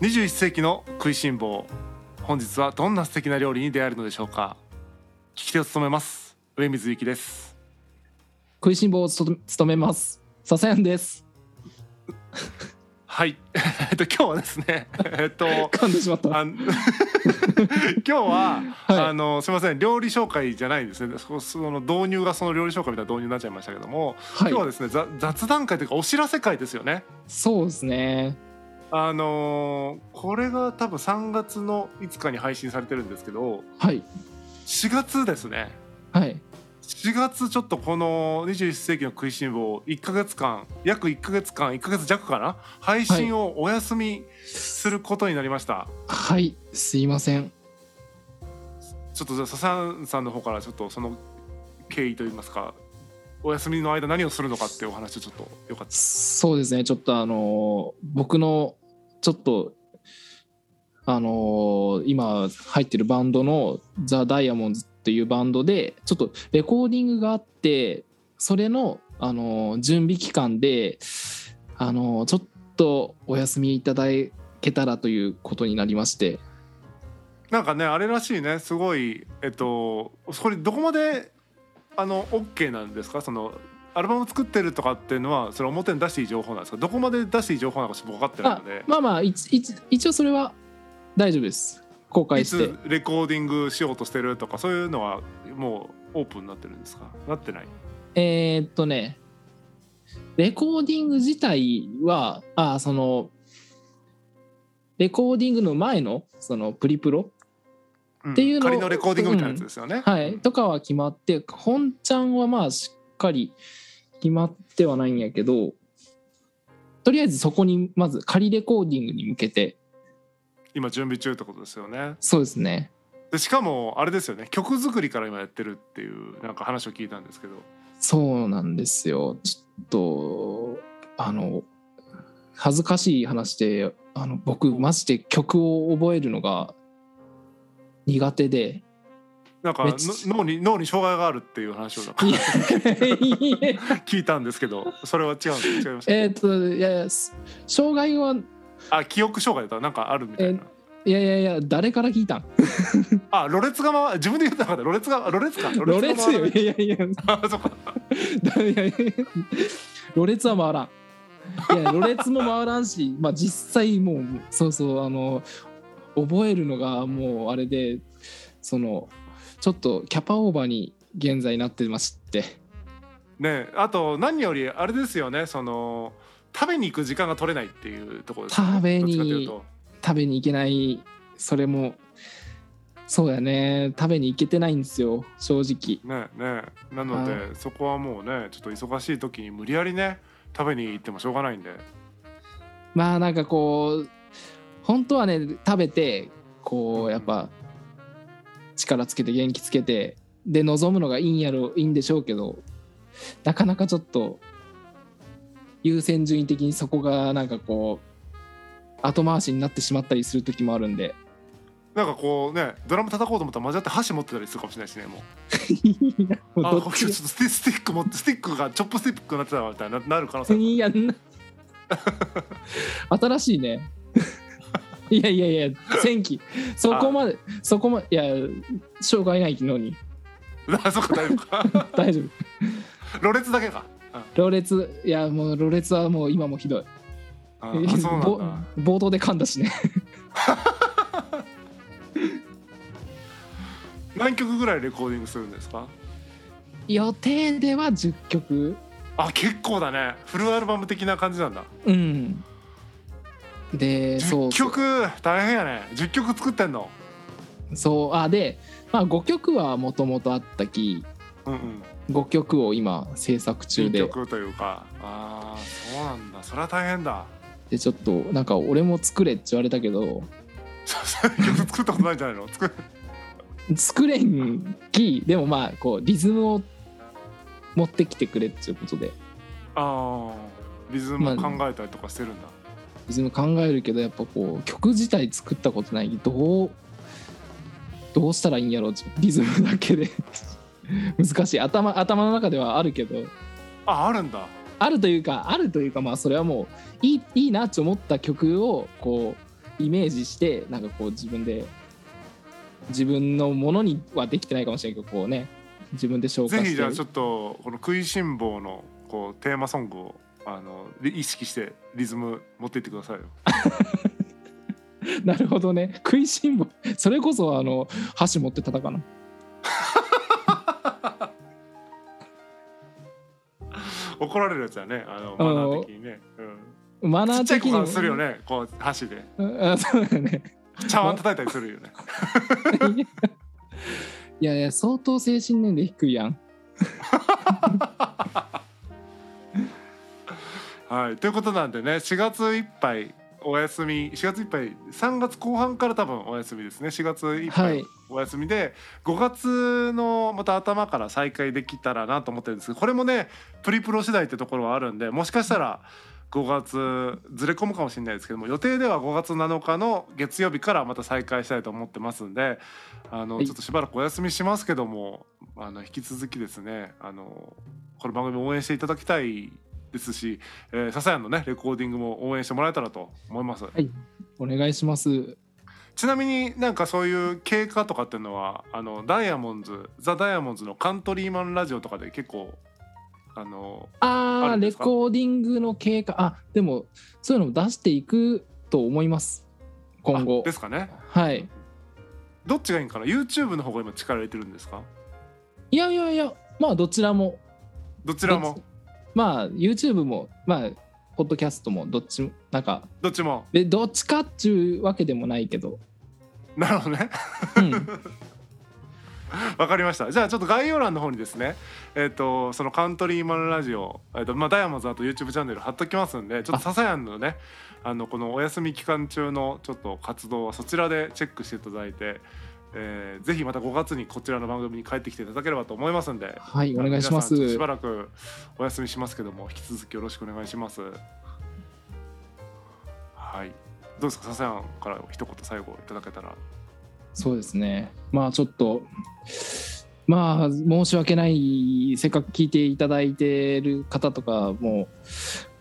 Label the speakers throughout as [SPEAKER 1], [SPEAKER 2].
[SPEAKER 1] 21世紀の食いしん坊本日はどんな素敵な料理に出会えるのでしょうか聞き手を務めます上水幸です
[SPEAKER 2] 食いしん坊をつと務めます笹谷です
[SPEAKER 1] はい えっと今日はですね えっと
[SPEAKER 2] 噛んでしまった
[SPEAKER 1] あん 今日は、
[SPEAKER 2] はい
[SPEAKER 1] あのすみません料理紹介じゃないですねそその導入がその料理紹介みたいな導入になっちゃいましたけども、
[SPEAKER 2] は
[SPEAKER 1] 今
[SPEAKER 2] い
[SPEAKER 1] 日はですねざ雑談会というかお知らせ会ですよね
[SPEAKER 2] そうですね
[SPEAKER 1] あのーこれが多分3月のいつかに配信されてるんですけど
[SPEAKER 2] はい
[SPEAKER 1] 4月ですね
[SPEAKER 2] はい
[SPEAKER 1] 4月ちょっとこの21世紀の食いしん坊1ヶ月間約1ヶ月間1ヶ月弱かな配信をお休みすることになりました、
[SPEAKER 2] はいすいません
[SPEAKER 1] ちょっとじゃあ笹谷さんの方からちょっとその経緯といいますかお休みの間何をするのかっていうお話をちょっとよかった
[SPEAKER 2] そうですねちょっとあのー僕のちょっとあのー今入ってるバンドのザ・ダイヤモンズっていうバンドでちょっとレコーディングがあってそれの、あのー準備期間で、あのーちょっとお休みいただけたらということになりまして
[SPEAKER 1] なんかねあれらしいねすごいえっとこれどこまであの OK なんですかそのアルバム作ってるとかっていうのはそれ表に出していい情報なんですかどこまで出していい情報なのかちょっと分かってない
[SPEAKER 2] あ
[SPEAKER 1] ので、
[SPEAKER 2] まあまあ一一一応それは大丈夫です公開
[SPEAKER 1] い
[SPEAKER 2] して
[SPEAKER 1] つレコーディングしようとしてるとかそういうのはもうオープンになってるんですかなってない
[SPEAKER 2] えーっとね、レコーディング自体は、あ、その、レコーディングの前の、そのプリプロ、
[SPEAKER 1] って
[SPEAKER 2] いうのを
[SPEAKER 1] 仮のレコーディングみたいなやつですよね、
[SPEAKER 2] はい、とかは決まって、本ちゃんはまあしっかり決まってはないんやけど、とりあえずそこにまず仮レコーディングに向けて、
[SPEAKER 1] 今準備中ってことですよね
[SPEAKER 2] そうですね。
[SPEAKER 1] でしかもあれですよね曲作りから今やってるっていうなんか話を聞いたんですけど
[SPEAKER 2] そうなんですよ。ちょっと、あの、恥ずかしい話で、あの僕、マジで曲を覚えるのが苦 手で。
[SPEAKER 1] なんか
[SPEAKER 2] め
[SPEAKER 1] の
[SPEAKER 2] っち
[SPEAKER 1] 脳に脳に障害があるっていう話をなんか
[SPEAKER 2] いやいや
[SPEAKER 1] 聞いたんですけどそれは違うんです違いまし
[SPEAKER 2] えーっと、いやいや、す障害は、
[SPEAKER 1] たあ記憶障害だったらなんかあるみたいな、
[SPEAKER 2] いやいやいや、誰から聞いたん
[SPEAKER 1] あろれつが回自分で言ったかったろれつがろれつか
[SPEAKER 2] ロレツよ。
[SPEAKER 1] が
[SPEAKER 2] いやいやいや、
[SPEAKER 1] 回らない あそっか
[SPEAKER 2] だ いやいやロレツは回らん。いや、ロレツも回らんし、 まあ実際もう、そうそう、あの、覚えるのがもうあれで、その、ちょっとキャパオーバーに現在なってまして。
[SPEAKER 1] ねあと何よりあれですよねその食べに行く時間が取れないっていうところですよね
[SPEAKER 2] 食べに
[SPEAKER 1] どっちかというと
[SPEAKER 2] 食べに行けない、それも、そうやね、食べに行けてないんですよ、正直。
[SPEAKER 1] ねねなので、
[SPEAKER 2] は
[SPEAKER 1] そこはもうねちょっと忙しい時に無理やりね食べに行ってもしょうがないんで
[SPEAKER 2] まあなんかこう本当はね食べてこうやっぱ力つけて元気つけてで望むのがいいんやろいいんでしょうけどなかなかちょっと優先順位的にそこがなんかこう後回しになってしまったりする時もあるんで
[SPEAKER 1] なんかこうねドラム叩こうと思ったら間違って箸持ってたりするかもしれないしねもう
[SPEAKER 2] も
[SPEAKER 1] あ
[SPEAKER 2] うど
[SPEAKER 1] こ
[SPEAKER 2] っ
[SPEAKER 1] れち
[SPEAKER 2] ち
[SPEAKER 1] ょっとステスティックもスティックがチョップスティックになってたわみたいにななる可能性
[SPEAKER 2] がいやんな新しいねいやいやいや前期そこまでそこまでいや障害ないのに
[SPEAKER 1] あそっか大丈夫か
[SPEAKER 2] 大丈夫
[SPEAKER 1] ろれつだけかあ
[SPEAKER 2] ろれついやもうろれつはもう今もひどい
[SPEAKER 1] ああそうなんだ
[SPEAKER 2] ぼ冒頭で噛んだしね
[SPEAKER 1] 何曲ぐらいレコーディングするんですか
[SPEAKER 2] 予定では10曲
[SPEAKER 1] あ結構だねフルアルバム的な感じなんだ
[SPEAKER 2] うんでそ
[SPEAKER 1] 10
[SPEAKER 2] うそう
[SPEAKER 1] 曲大変やね10曲作ってんの
[SPEAKER 2] そうあで、まあ、5曲はもともとあったき
[SPEAKER 1] うんうん
[SPEAKER 2] 5曲を今制作中
[SPEAKER 1] 新
[SPEAKER 2] で
[SPEAKER 1] 曲というかああそうなんだそれは大変だ
[SPEAKER 2] でちょっとなんか俺も作れって言われたけど
[SPEAKER 1] 曲作ったことないんじゃないの作る
[SPEAKER 2] 作れんきでもまあこうリズムを持ってきてくれっていうことで
[SPEAKER 1] ああリズムを考えたりとかしてるんだ、
[SPEAKER 2] リズム考えるけどやっぱこう曲自体作ったことないどうどうしたらいいんやろうリズムだけで 難しい頭頭の中ではあるけど
[SPEAKER 1] ああるんだ
[SPEAKER 2] あるというかあるというかまあそれはもういいいいなって思った曲をこうイメージしてなんかこう自分で自分のものにはできてないかもしれないけどこうね自分で消化
[SPEAKER 1] ぜ
[SPEAKER 2] して
[SPEAKER 1] ひじゃあちょっとこの「食いしん坊」のこうテーマソングをあのり意識してリズム持っていってくださいよ。
[SPEAKER 2] なるほどね食いしん坊それこそあの箸持ってたたかな
[SPEAKER 1] 怒られるやつだねあの
[SPEAKER 2] あ
[SPEAKER 1] マ
[SPEAKER 2] の
[SPEAKER 1] ナー的にね。うん
[SPEAKER 2] マ
[SPEAKER 1] ち
[SPEAKER 2] ナ
[SPEAKER 1] っ
[SPEAKER 2] ー
[SPEAKER 1] ちゃい
[SPEAKER 2] 的
[SPEAKER 1] 子
[SPEAKER 2] に
[SPEAKER 1] が
[SPEAKER 2] も
[SPEAKER 1] するよねこう箸で
[SPEAKER 2] うんあそうだね
[SPEAKER 1] 茶碗叩いたりするよね。
[SPEAKER 2] いやいや相当精神年齢低いやん
[SPEAKER 1] はい、ということなんでね4月いっぱいお休み4月いっぱい3月後半から多分お休みですね4月いっぱ
[SPEAKER 2] はい
[SPEAKER 1] いお休みで、5月のまた頭から再開できたらなと思ってるんですけどこれもねプリプロ次第ってところはあるんでもしかしたら5月ずれ込むかもしれないですけども予定では5月7日の月曜日からまた再開したいと思ってますんであの、
[SPEAKER 2] はい
[SPEAKER 1] ちょっとしばらくお休みしますけどもあの引き続きですねあのこの番組を応援していただきたいですし、えー、笹谷のねレコーディングも応援してもらえたらと思います
[SPEAKER 2] お願いします
[SPEAKER 1] ちなみになんかそういう経過とかっていうのはあのダイヤモンズザ・ダイヤモンズのカントリーマンラジオとかで結構あの
[SPEAKER 2] あ
[SPEAKER 1] あ
[SPEAKER 2] あ
[SPEAKER 1] るんで
[SPEAKER 2] レ
[SPEAKER 1] すか
[SPEAKER 2] コーディングの経過あでもそういうのも出していくと思います今後
[SPEAKER 1] あですかね
[SPEAKER 2] はい
[SPEAKER 1] どっちがいいんかな YouTube の方が今力入れてるんですか
[SPEAKER 2] いやいやいやまあどちらも
[SPEAKER 1] どちらも
[SPEAKER 2] どっちまあ YouTube もまあポッドキャストもどっちもなんか
[SPEAKER 1] どっちも
[SPEAKER 2] でどっちかっちゅうわけでもないけど、
[SPEAKER 1] なるほどね
[SPEAKER 2] うん、
[SPEAKER 1] わかりましたじゃあちょっと概要欄の方にですねえっ、とそのカントリーマンラジオ、えっとまあ、ダイヤモンズあと YouTube チャンネル貼っときますんでちょっとささやんのねあのこのお休み期間中のちょっと活動はそちらでチェックしていただいて、えー、ぜひまた5月にこちらの番組に帰ってきていただければと思いますんで
[SPEAKER 2] はいお願いしま
[SPEAKER 1] あ
[SPEAKER 2] す
[SPEAKER 1] の皆さんちょっとしばらくお休みしますけども引き続きよろしくお願いしますはいどうですかささやんから一言最後いただけたら
[SPEAKER 2] そうですねまあちょっとまあ申し訳ないせっかく聞いていただいてる方とかも、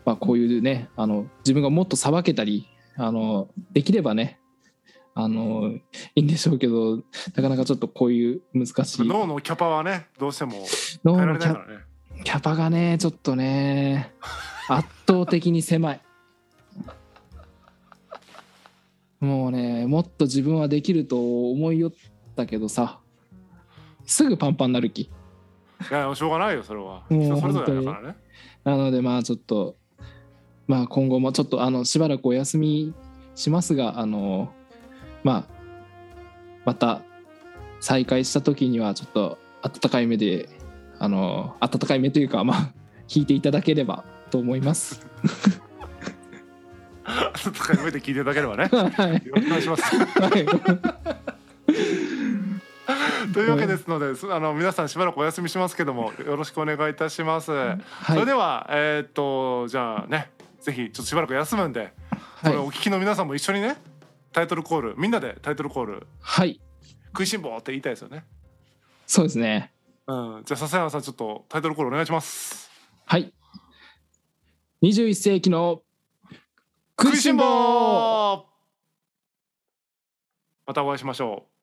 [SPEAKER 2] まあ、こういうねあの自分がもっとさばけたりあのできればねあのいいんでしょうけどなかなかちょっとこういう難しい
[SPEAKER 1] 脳のキャパはねどうしても変え
[SPEAKER 2] 脳
[SPEAKER 1] ら
[SPEAKER 2] の
[SPEAKER 1] れ
[SPEAKER 2] キ
[SPEAKER 1] ない
[SPEAKER 2] ャ
[SPEAKER 1] からね
[SPEAKER 2] キャパがねちょっとね圧倒的に狭いもうねもっと自分はできると思いよったけどさすぐパンパンになる気
[SPEAKER 1] いやしょうがないよそれは
[SPEAKER 2] もう
[SPEAKER 1] 人それぞれだからね
[SPEAKER 2] なのでまあちょっとまあ今後もちょっとあのしばらくお休みしますがあのまあまた再開した時にはちょっと温かい目であの温かい目というかまあ聞いていただければと思います。
[SPEAKER 1] 温かい目で聞いていただければ ね
[SPEAKER 2] はい
[SPEAKER 1] よろしくお願いします
[SPEAKER 2] は
[SPEAKER 1] というわけですのですあの皆さんしばらくお休みしますけどもよろしくお願いいたします、それで
[SPEAKER 2] い、
[SPEAKER 1] はえーっとじゃあねぜひちょっとしばらく休むんで、こ
[SPEAKER 2] は
[SPEAKER 1] れ
[SPEAKER 2] い
[SPEAKER 1] お聞きの皆さんも一緒にねタイトルコールみんなでタイトルコール
[SPEAKER 2] はい、
[SPEAKER 1] 食いしん坊って言いたいですよね
[SPEAKER 2] そうですね。
[SPEAKER 1] うんじゃあ笹山さんちょっとタイトルコールお願いします
[SPEAKER 2] はい。二十一世紀の食いしん坊。
[SPEAKER 1] またお会いしましょう